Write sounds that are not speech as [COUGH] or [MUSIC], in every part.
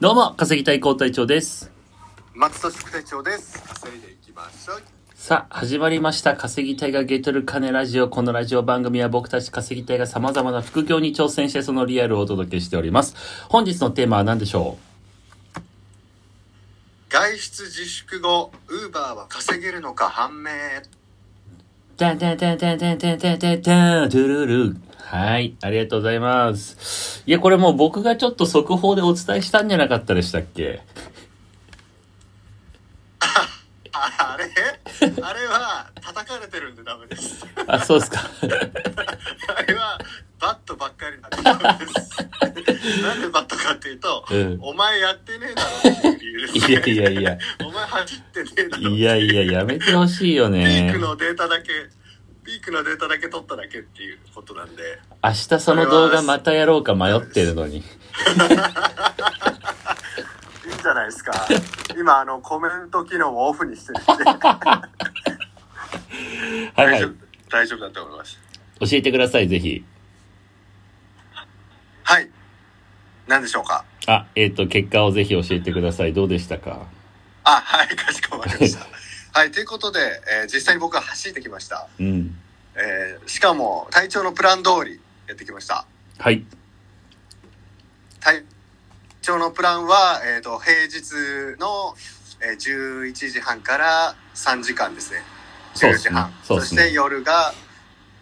どうも、稼ぎたい高隊長です。松戸副隊長です稼いでいきましょうさあ、始まりました。稼ぎたいがゲートルカネラジオ。このラジオ番組は僕たち稼ぎたいが様々な副業に挑戦してそのリアルをお届けしております。本日のテーマは何でしょ外出自粛後ウーバーは稼げるのか判明うダンダンダンダンダンダンダンダンダンドゥルルはい、ありがとうございます。いや、これもう僕がちょっと速報でお伝えしたんじゃなかったでしたっけああれあれは叩かれてるんでダメですあ、そうですか。あれはバットばっかりなんでダメですなんでバットかっていうと、うんお前やってねえだろっていう理由です、いやいやいやお前走ってねえだろいやいや、やめてほしいよピーねク。のデータだけピークのデータだけ取っただけっていうことなんで明日その動画またやろうか迷ってるのに。いいんじゃないですか今あのコメント機能をオフにしてるんではいはい。大丈夫だと思います教えてください、ぜひ。はい何でしょうかあ、えっ、と、結果をぜひ教えてください。どうでしたかあはいかしこまりました [LAUGHS] はいということで、えー実際に僕は走ってきました、うん。えーしかも体調のプラン通りやってきましたはい。体調のプランは、えー、と平日の、えー11時半から3時間ですねそう10です時ね半そ,、そうですしねて夜が、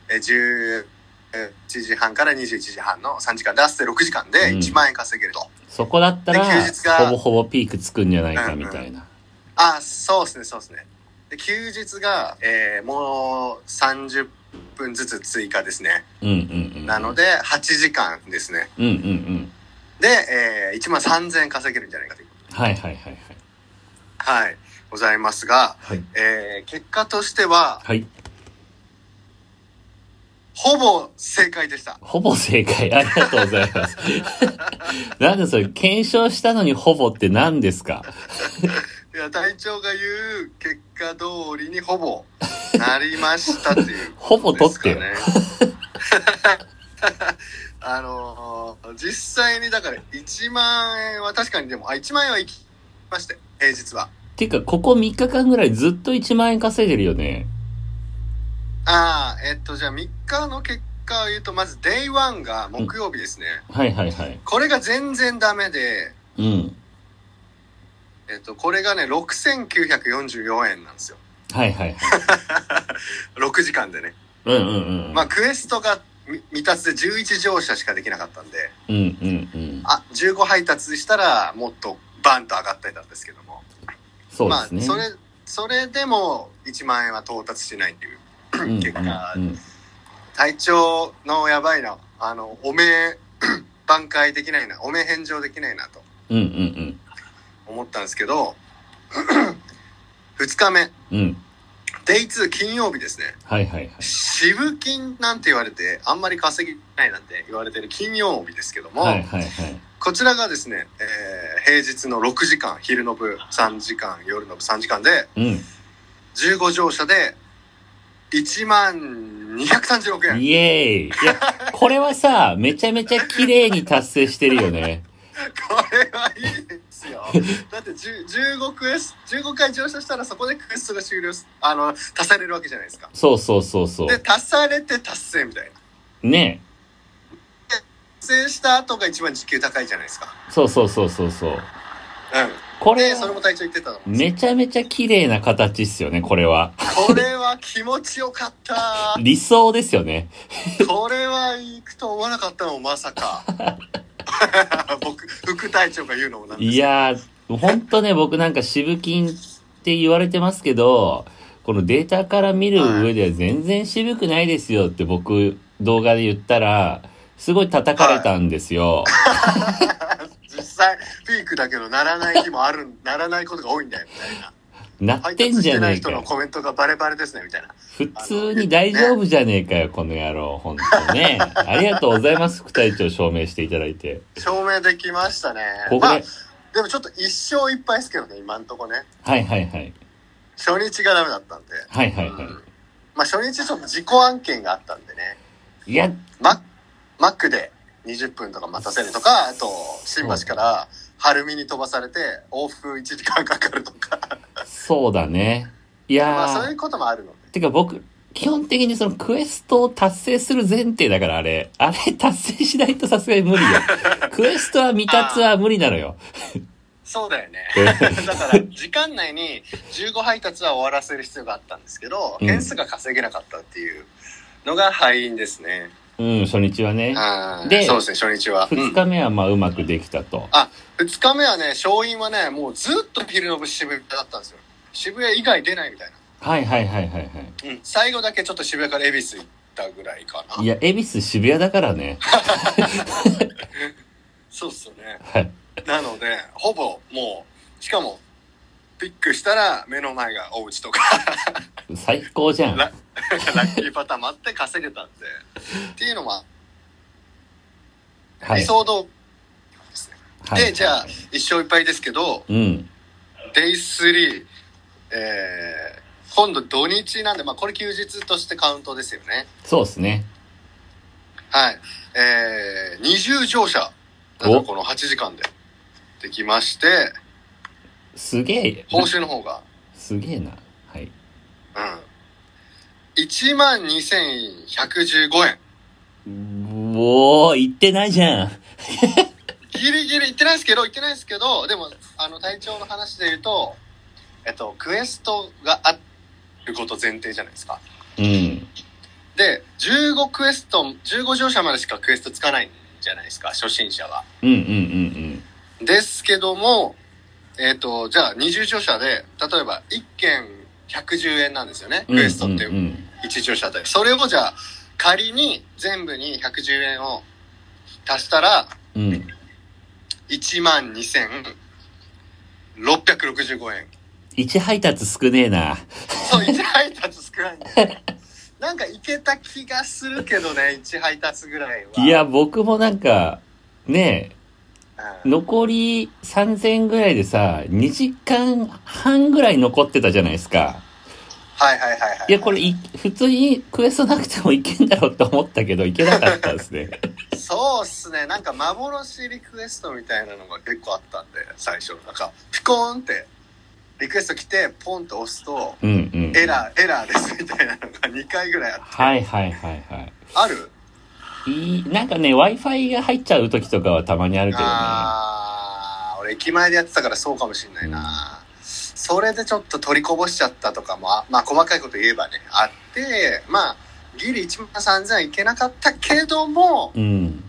えー、11時半から21時半の3時間で合わせて6時間でうん1万円稼げると、そこだったらで休日が、ほぼほぼピークつくんじゃないか、みたいな。あそうですねそうですねで休日が、えーもう30分ずつ追加ですねうんうんうん。なので8時間ですねうんうんうん。で、えー1万3000円稼げるんじゃないかというはいはいはいはい。はいございますが、はい。えー結果としてははい。ほぼ正解でしたほぼ正解。ありがとうござい [LAUGHS] ます。なんでそれ、検証したのにほぼって何ですかいや隊長が言う結果通りにほぼなりましたっ [LAUGHS] ていうほぼ取ってよ。ですかね [LAUGHS] あのー実際にだから1万円は確かにでもあ1万円は行きまして平日はていうか、ここ3日間ぐらいずっと1万円稼いでるよね。ああえっとじゃあ3日の結果を言うとまず Day1 が木曜日ですね、はいはいはい。これが全然ダメでうん。えっとこれがね6944円なんですよはいはいはい。 6時間でねうんうんうん。まあクエストがみ未達で11乗車しかできなかったんでうんうんうん。あ15配達したらもっとバンと上がってたんですけどもそうですね。まあ、それそれでも1万円は到達しないっていううんうんうん結果体調のやばいなあのおめえ [CLEARS THROAT] 挽回できないなおめえ返上できないなとうんうん思ったんですけど2日目うん。うん。デイ2金曜日ですねはいはいはい。支部金なんて言われてあんまり稼ぎないなんて言われてる金曜日ですけども、はいはいはい。こちらがですね、えー平日の6時間昼の部3時間夜の部3時間でうん。 15乗車で1万236円イエーイ。いや、これはさ、めちゃめちゃ綺麗に達成してるよね。これはいいで [LAUGHS] すよだって10 15クエス15回乗車したらそこでクエストが終了すあの足されるわけじゃないですかそうそうそうそで足されて達成みたいなう。ね。達成した後が一番時給高いじゃないですかそうそうそうそうそう。こうんでれ、それも隊長言ってたと思うんですめちゃめちゃ綺麗な形っすよね、これは。これは気持ちよ [LAUGHS] かった理想ですよね。これは行くと思わなかったのまさか [LAUGHS] 僕副隊長が言うのもなんですけどいやー、ほんとね、僕なんか渋金って言われてますけど、このデータから見る上では全然渋くないですよって僕動画で言ったら、すごい叩かれたんですよ。実際ピークだけどならない日もあるならないことが多いんだよみたいな [LAUGHS] なっ配て達んしじてゃなねえい人かのよ。コメントがバレバレですねみたいな普通に大丈夫じゃねえかよ、この野郎。ほんとね。ありがとうございます。副隊長証明していただいて。証明できましたねここまあで。でもちょっと一生いっぱいですけどね今んとこねはいはいはい。初日がダメだったんで、はいはいはうんまあ初日ちょっと自己案件があったんでねい。いや、ママックで20分とか待たせるとかあと新橋から晴海に飛ばされて、往復1時間かかるとか。そうだね。いまあやそういーう、こともあるので。てか僕、基本的にそのクエストを達成する前提だからあれ。あれ達成しないとさすがに無理よ。クエストは未達は無理なのよ。そう [LAUGHS] だよね。だから、時間内に15配達は終わらせる必要があったんですけど、うん点数が稼げなかったっていうのが敗因ですね。うん、初日はね。はいでそうですね、初日は。二うん日目はまあうまくできたと。二日目はね、勝因はね、もうずっと昼の部渋谷だったんですよ。渋谷以外出ないみたいな。はいはいはいはいはい。うん最後だけちょっと渋谷から恵比寿行ったぐらいかいな。や、恵比寿渋谷だからね。そうっすよね。はい。なので、ほぼもう、しかも、ピックしたら目の前がお家とか、最高じゃん。ララッキーパターンもあって稼げたんで。っていうのも、は理い。想通りですね。はい、で、じゃあ、一勝いっぱいですけど、うん。デイ3、えー、今度土日なんで、まあこれ休日としてカウントですよね。そうですね。はい。えー、二重乗車なんかおこの8時間でできまして、すげえ。報酬の方が、すげえな。はい。うん。12,115円。おー、行ってないじゃん。ギリギリ行ってないですけど、行ってないですけど、でも、あの、隊長の話で言うと、えっと、クエストがあること前提じゃないですか。うん。で、15クエスト、15乗車までしかクエストつかないんじゃないですか、初心者は。うんうんうんですけども、えっ、と、じゃあ20乗車で、例えば1件110円なんですよね、うん。クエストってうんうん1乗車で。それをじゃあ、仮に全部に110円を足したら、うん。うん。 12,665円。一配達少ねえな。そう、1配達少ないんだ [LAUGHS] よね。なんかいけた気がするけどね、1配達ぐらいは。いや、僕もなんか、ねうえ、ん、残り3000円ぐらいでさ、2時間半ぐらい残ってたじゃないですか。はいはいはいはい。いや、これい、普通にクエストなくてもいけんだろうと思ったけど、いけなかったですね。そうっすね。なんか幻リクエストみたいなのが結構あったんで、最初。なんか、ピコーンって、リクエスト来て、ポンって押すと、うんうん。エラー、エラーですみたいなのが2回ぐらいあって。はいはいはいはい。あるいい、なんかね、Wi-Fi が入っちゃう時とかはたまにあるけどね。あー、俺駅前でやってたからそうかもしんないな。それでちょっと取りこぼしちゃったとかも、あまあ細かいこと言えばね、あって、まあ、ギリ1万3000いけなかったけども、うん。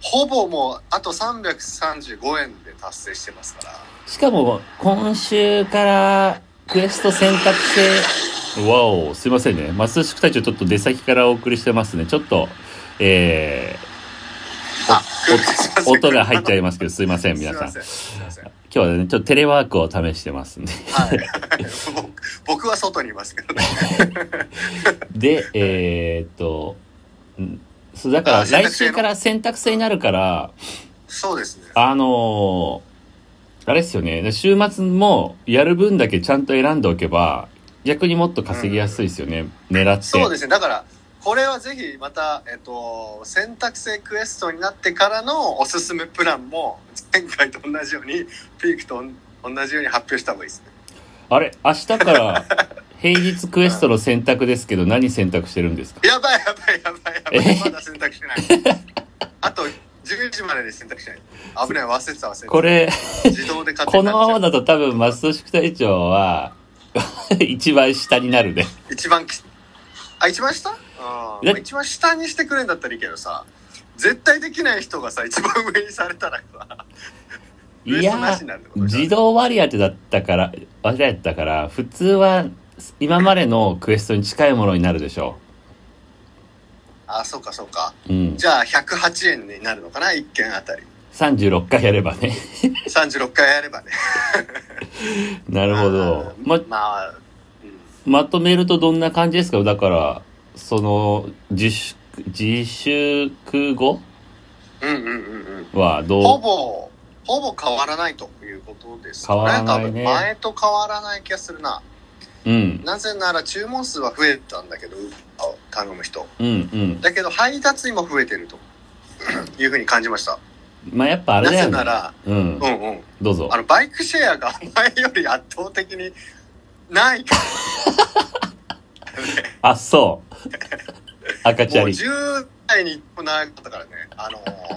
ほぼもう、あと335円で達成してますから。しかも、今週から、クエスト選択制、わお、すいませんね。マス宿隊長ちょっと出先からお送りしてますね。ちょっと、えあ、すいまー、 [LAUGHS] せん音が入っちゃいますけど、すいません、皆さん。すいませんすいません今日はね、ちょっとテレワークを試してますんで。はい僕 [LAUGHS] 僕は外にいますけどね。で、えー、っと、んそう、だから、あ選来択制の週から選択制になるから、そうですね。あのーあれですよね。週末もやる分だけちゃんと選んでおけば、逆にもっと稼ぎやすいですよね。狙って。そうですね。だから、これはぜひまた、えっと、選択制クエストになってからのおすすめプランも、前回と同じように、ピークと同じように発表した方がいいですね。あれ、明日から平日クエストの選択ですけど、何選択してるんですかやばいやばいやばいやばい。まだ選択し [LAUGHS] てない。あと、10時までに選択してない。危ない、忘れてた忘れてた。こ [LAUGHS] れ、自動で勝手こにの買っちゃまうまだと多分、マスト宿隊長は、 [LAUGHS] 一番下になるね。一番きあ一番下うんえ一番下にしてくれんだったらいいけどさ絶対できない人がさ一番上にされたらさいウエストなやしにーなるってことじゃん自動割り当てだったから、割り当てだから、普通は、今までのクエストに近いものになるでしょあそうかそうかう。うん。じゃあ108円になるのかな1件あたり36回やればね。 36回やればねなるほど。まま、まあ、うんまとめるとどんな感じですかだから、その、自粛、自粛後うんうんうんうんはどうほぼほぼ変わらないということです変わらないね多分前と変わらない気がするなうん。なぜなら注文数は増えたんだけど Uber を頼む人うんうん。 [CLEARS THROAT] だけど配達員も増えてるというふうに感じました。まあやっぱあれなだよぜねなら、うんう、んうん。どうぞあの、バイクシェアが [LAUGHS] 前より圧倒的にないか [LAUGHS] あ [LAUGHS] そう赤チャら、もうリ10代に来なかったからね、あのー、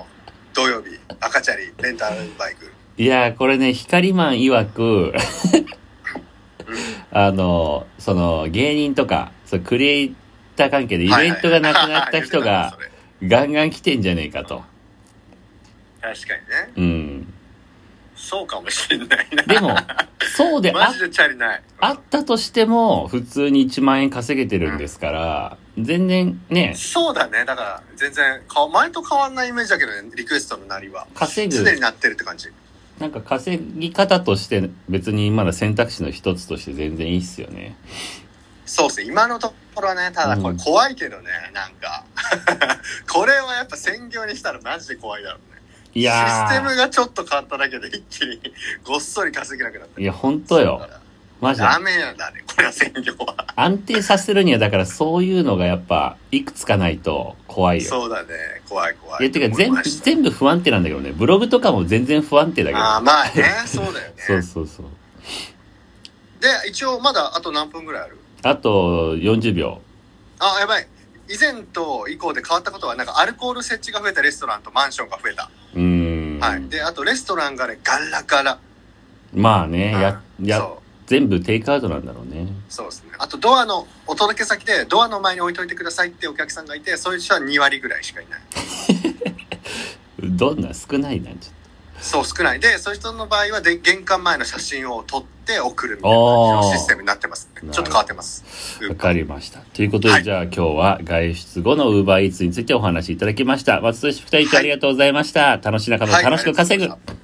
土曜日、赤チャリ、レンタルバイク。いやーこれね光マン曰く [LAUGHS] あのその芸人とかそうクリエイター関係でイベントがなくなった人 [LAUGHS] はいはいがそれガンガン来てんじゃねえかと確かにね。うんそうかもしれない [LAUGHS] な。で [LAUGHS] もそうであマっジでチャリない。あったとしても普通に1万円稼げてるんですから全然ねそうだね。だから、全然か、前と変わんないイメージだけどね、リクエストのなりは。稼すぐでになってるって感じ。なんか稼ぎ方として別にまだ選択肢の一つとして全然いいっすよね。そうですね。今のところはね、ただこうれん怖いけどね、なんか。 [LAUGHS] これはやっぱ専業にしたらマジで怖いだろうね。いやシステムー。がちょっと変わっただけで一気にごっそり稼げなくなった。いや、本当だよ。から。マジで。ダメなんだね、これは専業は。安定させるには、だからそういうのがやっぱ、いくつかないと怖いよ。そうだね。怖い怖いい。や、てか全部、全部不安定なんだけどね。ブログとかも全然不安定だけああ、ど。まあね、そうだよね。そうそうそう。で、一応まだあと何分ぐらいあるあと40秒。あ、やばい。以前と以降で変わったことは、なんかアルコール設置が増えたレストランとマンションが増えた。うーん。はい。で、あとレストランがね、ガラガラ。まあね、や、うんそや、う。全部テイクアウトなんだろうね。そうですね。あとドアのお届け先でドアの前に置いといてくださいってお客さんがいて、そういう人は2割ぐらいしかいない。どんな少ないな、ちょっそう少ない。で、そういう人の場合はで玄関前の写真を撮って送るみたいな感じのシステムになってます、あーね。ちょっと変わってます。と。わかりました。ということで、はいじゃあ今日は外出後の Uber Eats についてお話しいただきました。松戸市二人とありがとうございました。楽しい中の楽しく稼ぐ。はい